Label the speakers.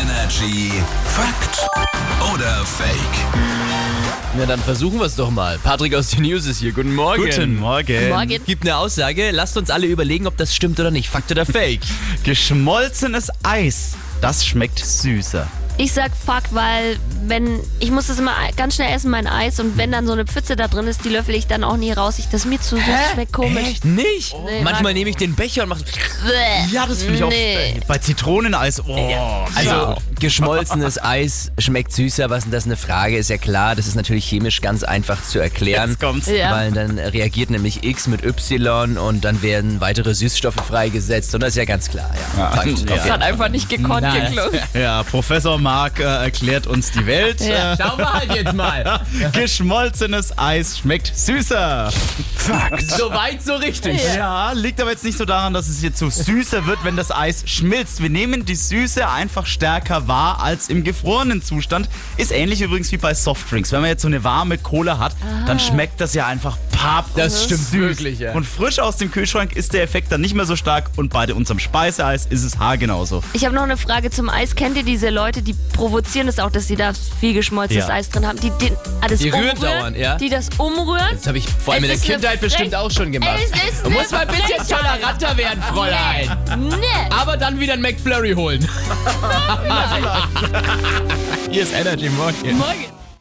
Speaker 1: Energy Fakt oder Fake?
Speaker 2: Na dann versuchen wir es doch mal. Patrick aus den News ist hier. Guten Morgen.
Speaker 3: Guten Morgen.
Speaker 4: Morgen.
Speaker 2: Gibt eine Aussage. Lasst uns alle überlegen, ob das stimmt oder nicht. Fakt oder Fake?
Speaker 3: Geschmolzenes Eis, das schmeckt süßer.
Speaker 4: Ich sag fuck, weil wenn ich muss das immer ganz schnell essen, mein Eis und wenn dann so eine Pfütze da drin ist, die löffel ich dann auch nie raus. Ich das mir zu süß schmeckt komisch.
Speaker 2: Nicht?
Speaker 4: Nee,
Speaker 2: Manchmal
Speaker 4: mag-
Speaker 2: nehme ich den Becher und mache.
Speaker 4: Bäh.
Speaker 3: Ja, das finde ich
Speaker 4: Nee.
Speaker 3: auch. Bei Zitroneneis, oh.
Speaker 2: Also geschmolzenes Eis schmeckt süßer. Was ist denn das eine Frage? Ist ja klar. Das ist natürlich chemisch ganz einfach zu erklären.
Speaker 3: Jetzt kommt's.
Speaker 4: Ja.
Speaker 2: Weil dann reagiert nämlich X mit Y und dann werden weitere Süßstoffe freigesetzt. Und das ist ja ganz klar. Ja. Fakt. Auf jeden
Speaker 3: Ja.
Speaker 4: Das hat einfach nicht gekonnt,
Speaker 2: Nein.
Speaker 4: geklungen.
Speaker 3: Ja, Professor Mark äh, erklärt uns die Welt.
Speaker 2: Ja. Schauen wir halt jetzt mal.
Speaker 3: Äh, geschmolzenes Eis schmeckt süßer.
Speaker 2: So weit, so richtig.
Speaker 3: Ja, liegt aber jetzt nicht so daran, dass es jetzt so süßer wird, wenn das Eis schmilzt. Wir nehmen die Süße einfach stärker wahr als im gefrorenen Zustand. Ist ähnlich übrigens wie bei Softdrinks. Wenn man jetzt so eine warme Cola hat, dann schmeckt das ja einfach pap. Mhm.
Speaker 2: Das stimmt wirklich, ja.
Speaker 3: Und frisch aus dem Kühlschrank ist der Effekt dann nicht mehr so stark und bei unserem Speiseeis ist es haargenauso.
Speaker 4: Ich habe noch eine Frage zum Eis. Kennt ihr diese Leute, die provozieren es auch, dass sie da viel geschmolzenes
Speaker 3: Ja.
Speaker 4: Eis drin haben? Die, die, ah, das
Speaker 2: Die rühren
Speaker 4: umrühren,
Speaker 2: dauernd, ja.
Speaker 4: Die das umrühren.
Speaker 2: Das habe ich vor allem in
Speaker 4: Es
Speaker 2: der
Speaker 4: ist eine
Speaker 2: Kindheit
Speaker 4: Frech-
Speaker 2: bestimmt auch schon gemacht.
Speaker 4: Es ist
Speaker 2: Du
Speaker 4: eine
Speaker 2: musst mal ein bisschen
Speaker 4: Frechheit.
Speaker 2: toleranter werden, Fräulein.
Speaker 4: Nee.
Speaker 2: Aber dann wieder einen McFlurry holen.
Speaker 3: Hier ist Energy Morgen.
Speaker 4: ah,
Speaker 2: Morgen.